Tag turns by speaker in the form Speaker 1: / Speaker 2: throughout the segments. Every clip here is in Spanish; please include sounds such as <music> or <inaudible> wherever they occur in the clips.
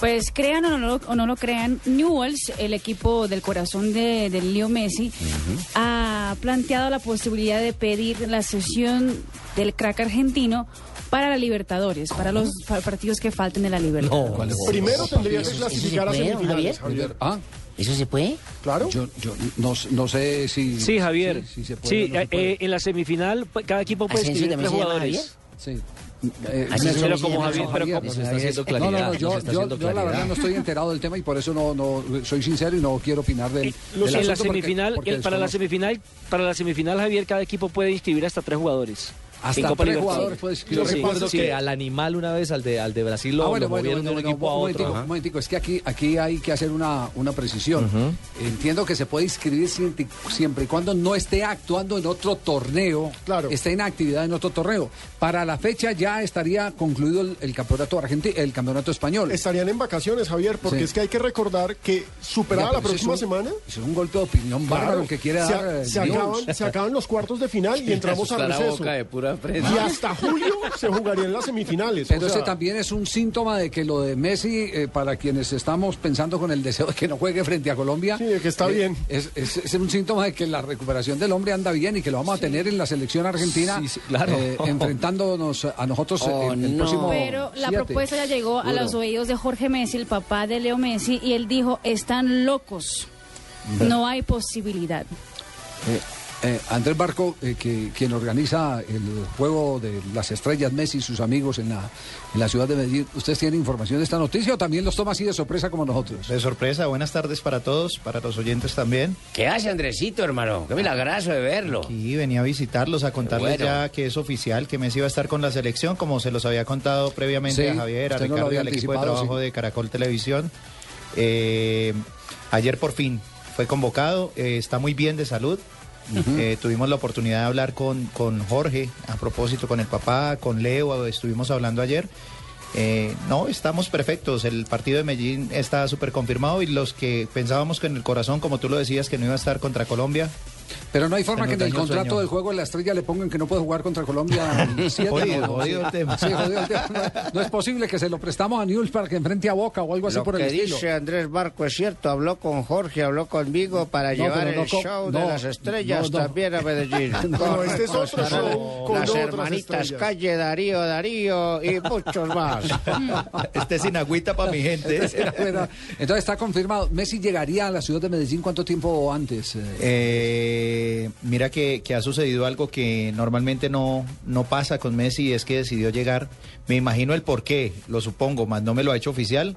Speaker 1: Pues crean o no, lo, o no lo crean, Newells, el equipo del corazón de, de Leo Messi, ha planteado la posibilidad de pedir la sesión del crack argentino para la Libertadores, para los pa- partidos que falten de la Libertadores.
Speaker 2: ¿Cuáles son?
Speaker 3: Primero tendría que
Speaker 4: eso sí
Speaker 3: clasificar a
Speaker 4: puede,
Speaker 3: semifinales,
Speaker 4: Javier.
Speaker 3: Javier.
Speaker 2: Ah,
Speaker 4: ¿Eso se puede?
Speaker 3: Claro.
Speaker 2: yo, yo no, no sé si...
Speaker 5: Sí, Javier.
Speaker 2: si- si se puede
Speaker 5: Sí,
Speaker 2: o no se
Speaker 5: eh,
Speaker 2: puede.
Speaker 5: en la semifinal pues, cada equipo puede
Speaker 4: ¿Asensio
Speaker 5: escribir
Speaker 4: también
Speaker 5: tres
Speaker 4: se llama
Speaker 5: jugadores.
Speaker 2: Sí. Eh,
Speaker 4: Así
Speaker 2: me-
Speaker 4: se
Speaker 5: Pero
Speaker 4: llama
Speaker 5: como
Speaker 4: Javier,
Speaker 5: Javier, pero
Speaker 2: Javier,
Speaker 5: como-
Speaker 4: Eso está
Speaker 2: Javier.
Speaker 4: haciendo
Speaker 2: No, no, no,
Speaker 4: claridad,
Speaker 2: yo,
Speaker 4: eso está
Speaker 2: yo-
Speaker 4: haciendo
Speaker 2: yo la verdad
Speaker 4: claridad.
Speaker 2: no estoy enterado del tema y por eso no, no soy sincero y no quiero opinar del, del
Speaker 5: en la
Speaker 2: asunto porque-
Speaker 5: semifinal,
Speaker 2: porque
Speaker 5: el- para la
Speaker 2: desconozco.
Speaker 5: semifinal, para la semifinal, Javier, cada equipo puede inscribir hasta tres jugadores. En
Speaker 2: Hasta
Speaker 5: Copa
Speaker 2: tres
Speaker 5: Libertadores.
Speaker 2: jugadores puedes
Speaker 6: Yo
Speaker 5: Sí,
Speaker 6: recuerdo
Speaker 5: sí.
Speaker 6: que al animal una vez, al de, al de Brasil, lo,
Speaker 2: Ah, bueno,
Speaker 6: lo
Speaker 2: bueno,
Speaker 6: movieron
Speaker 2: bueno,
Speaker 6: de un
Speaker 2: bueno,
Speaker 6: equipo a
Speaker 2: un
Speaker 6: otro.
Speaker 2: momentico, un momentico, es que aquí, aquí hay que hacer una, una precisión. Entiendo que se puede inscribir siempre, siempre y cuando no esté actuando en otro torneo,
Speaker 3: Claro.
Speaker 2: esté en actividad en otro torneo. Para la fecha ya estaría concluido el, el campeonato argentino, el campeonato español.
Speaker 3: Estarían en vacaciones, Javier, porque
Speaker 2: Sí.
Speaker 3: es que hay que recordar que
Speaker 2: Oiga,
Speaker 3: superada la
Speaker 2: pero pues, eso
Speaker 3: próxima
Speaker 2: es un-
Speaker 3: semana.
Speaker 2: eso Es un golpe de opinión bárbaro
Speaker 3: claro,
Speaker 2: el que quiere
Speaker 3: se,
Speaker 2: dar.
Speaker 3: a-
Speaker 2: eh,
Speaker 3: se
Speaker 2: Dios.
Speaker 3: acaban, se acaban los cuartos de final y entramos a
Speaker 4: Asustar a
Speaker 3: receso.
Speaker 4: boca de pura prensa.
Speaker 3: Y hasta julio se jugarían las semifinales.
Speaker 2: Pero
Speaker 3: o sea,
Speaker 2: ese también es un síntoma de que lo de Messi, eh, para quienes estamos pensando con el deseo de que no juegue frente a Colombia, eh,
Speaker 3: Sí, de que está bien.
Speaker 2: Es, es- es un síntoma de que la recuperación del hombre anda bien y que lo vamos a tener en la selección argentina,
Speaker 6: Sí, sí, claro.
Speaker 2: eh, enfrentándonos a nosotros eh,
Speaker 4: Oh,
Speaker 2: en el
Speaker 4: no.
Speaker 2: próximo.
Speaker 1: Pero la
Speaker 2: siete.
Speaker 1: propuesta ya llegó a los oídos de Jorge Messi, el papá de Leo Messi, y él dijo, están locos, no hay posibilidad.
Speaker 2: Eh, eh, Andrés Barco, eh, que, quien organiza el juego de las estrellas Messi y sus amigos en la, en la ciudad de Medellín, ¿ustedes tienen información de esta noticia o también los toma así de sorpresa como nosotros?
Speaker 7: De sorpresa, buenas tardes para todos, para los oyentes también.
Speaker 4: ¿Qué hace Andresito, hermano? Qué milagroso de verlo.
Speaker 7: Y venía a visitarlos, a contarles
Speaker 4: Bueno.
Speaker 7: ya que es oficial, que Messi va a estar con la selección, como se los había contado previamente
Speaker 2: Sí,
Speaker 7: a Javier, a
Speaker 2: usted no lo
Speaker 7: Ricardo y
Speaker 2: había
Speaker 7: al equipo de
Speaker 2: anticipado,
Speaker 7: trabajo
Speaker 2: sí.
Speaker 7: de Caracol Televisión. Eh, ayer por fin fue convocado, eh, está muy bien de salud. Eh, tuvimos la oportunidad de hablar con, con Jorge a propósito, con el papá, con Leo, estuvimos hablando ayer. Eh, no, estamos perfectos. El partido de Medellín está súper confirmado y los que pensábamos que en el corazón, como tú lo decías, que no iba a estar contra Colombia,
Speaker 2: Pero no hay forma
Speaker 7: Se
Speaker 2: que en
Speaker 7: nos
Speaker 2: el
Speaker 7: dañó el
Speaker 2: contrato
Speaker 7: sueño.
Speaker 2: del juego de la estrella le pongan que no puede jugar contra
Speaker 7: <laughs>
Speaker 2: Colombia. el siete,
Speaker 7: Jodido,
Speaker 2: ¿no?
Speaker 7: jodido el tema.
Speaker 2: Sí, jodido el tema. No, no es posible que se lo prestamos a Newell's para que enfrente a Boca o algo así
Speaker 4: Lo
Speaker 2: por el
Speaker 4: que
Speaker 2: estilo. <laughs>
Speaker 4: dice Andrés Barco es cierto, habló con Jorge, habló conmigo para
Speaker 2: No,
Speaker 4: llevar
Speaker 2: pero no
Speaker 4: el
Speaker 2: co-
Speaker 4: show
Speaker 2: no,
Speaker 4: de las estrellas
Speaker 2: no, no.
Speaker 4: también a Medellín.
Speaker 8: <laughs>
Speaker 3: no, este es otro
Speaker 4: Estarán
Speaker 3: show con
Speaker 4: las
Speaker 3: otras
Speaker 4: hermanitas
Speaker 3: estrellas.
Speaker 4: Calle, Darío,
Speaker 8: <laughs>
Speaker 4: Darío y muchos más.
Speaker 7: <laughs> Este sin agüita para mi gente.
Speaker 2: Bueno, Entonces está confirmado. Messi llegaría a la ciudad de Medellín cuánto tiempo antes. eh?
Speaker 7: Eh, mira que, que ha sucedido algo que normalmente no, no pasa con Messi, es que decidió llegar, me imagino el por qué, lo supongo, más no me lo ha hecho oficial.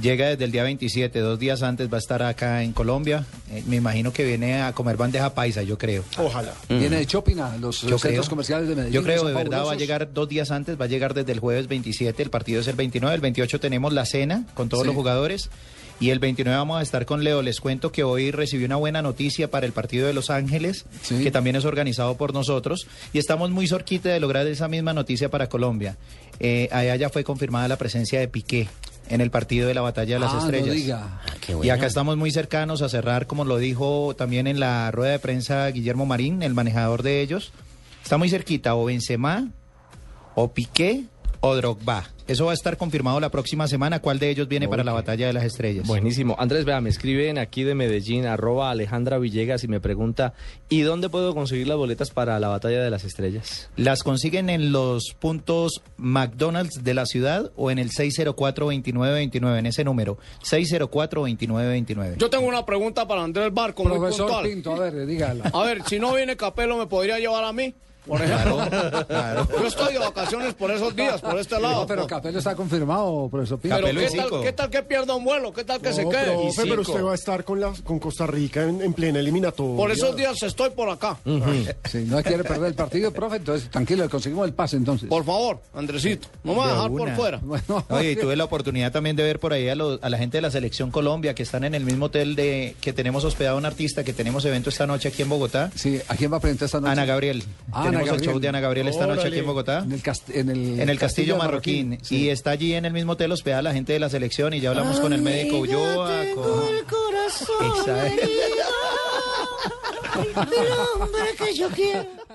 Speaker 7: Llega desde el día 27, dos días antes va a estar acá en Colombia. Eh, me imagino que viene a comer bandeja paisa, yo creo.
Speaker 3: Ojalá.
Speaker 2: Viene de Chopin a los
Speaker 7: Mm. Yo
Speaker 2: centros
Speaker 7: creo.
Speaker 2: comerciales de Medellín.
Speaker 7: Yo
Speaker 2: que
Speaker 7: creo,
Speaker 2: son
Speaker 7: de verdad, va a
Speaker 2: fabulosos.
Speaker 7: llegar dos días antes, va a llegar desde el jueves 27, el partido es el 29, el 28 tenemos la cena con todos
Speaker 2: Sí.
Speaker 7: los jugadores y el 29 vamos a estar con Leo. Les cuento que hoy recibí una buena noticia para el partido de Los Ángeles,
Speaker 2: Sí.
Speaker 7: que también es organizado por nosotros y estamos muy cerquita de lograr esa misma noticia para Colombia. Eh, allá ya fue confirmada la presencia de Piqué en el partido de la Batalla de las
Speaker 2: Ah, no
Speaker 7: Estrellas.
Speaker 2: diga.
Speaker 4: Ah, qué bueno.
Speaker 7: Y acá estamos muy cercanos a cerrar, como lo dijo también en la rueda de prensa Guillermo Marín, el manejador de ellos. Está muy cerquita o Benzema, o Piqué, o Drogba. Eso va a estar confirmado la próxima semana, cuál de ellos viene para la batalla de las estrellas.
Speaker 6: Buenísimo. Andrés, vea, me escriben aquí de Medellín, arroba Alejandra Villegas y me pregunta, ¿y dónde puedo conseguir las boletas para la batalla de las estrellas?
Speaker 7: Las consiguen en los puntos McDonald's de la ciudad o en el 604-2929, en ese número, 604-2929.
Speaker 8: Yo tengo una pregunta para Andrés Barco, muy
Speaker 2: Profesor
Speaker 8: puntual.
Speaker 2: Pinto, a ver, dígala.
Speaker 8: A ver, si no viene Capelo, ¿me podría llevar a mí? Por ejemplo. Yo estoy de vacaciones por esos días, por este lado.
Speaker 2: No, pero
Speaker 8: por-
Speaker 2: Capello está confirmado, profesor Pinto.
Speaker 8: Pero
Speaker 7: Capelo y
Speaker 8: ¿qué, tal,
Speaker 7: cinco.
Speaker 8: ¿qué tal que pierda un vuelo? ¿Qué tal que
Speaker 3: No,
Speaker 8: se quede?
Speaker 3: profe, pero
Speaker 6: cinco.
Speaker 3: usted va a estar con, la, con Costa Rica en, en plena eliminatoria.
Speaker 8: Por esos días estoy por acá.
Speaker 4: Mm.
Speaker 2: Si no quiere perder el partido, profe, entonces tranquilo, le conseguimos el pase entonces.
Speaker 8: Por favor, Andresito, no me voy a
Speaker 7: De
Speaker 8: dejar
Speaker 7: una.
Speaker 8: por fuera.
Speaker 2: <laughs> Bueno, <laughs>
Speaker 7: Oye, y tuve la oportunidad también de ver por ahí a, los- a la gente de la Selección Colombia que están en el mismo hotel de que tenemos hospedado a un artista, que tenemos evento esta noche aquí en Bogotá.
Speaker 2: sí, ¿a quién va a presentar esta noche?
Speaker 7: Ana Gabriel.
Speaker 2: Ah, Ana
Speaker 7: tenemos
Speaker 2: Gabriel.
Speaker 7: el show de Ana Gabriel esta noche aquí en Bogotá.
Speaker 2: En el, cast- en el,
Speaker 7: En el Castillo Marroquín.
Speaker 2: sí.
Speaker 7: Y está allí en el mismo hotel hospedada la gente de la selección y ya hablamos con el médico Ulloa. Con... Exacto.
Speaker 9: El hombre que yo quiero.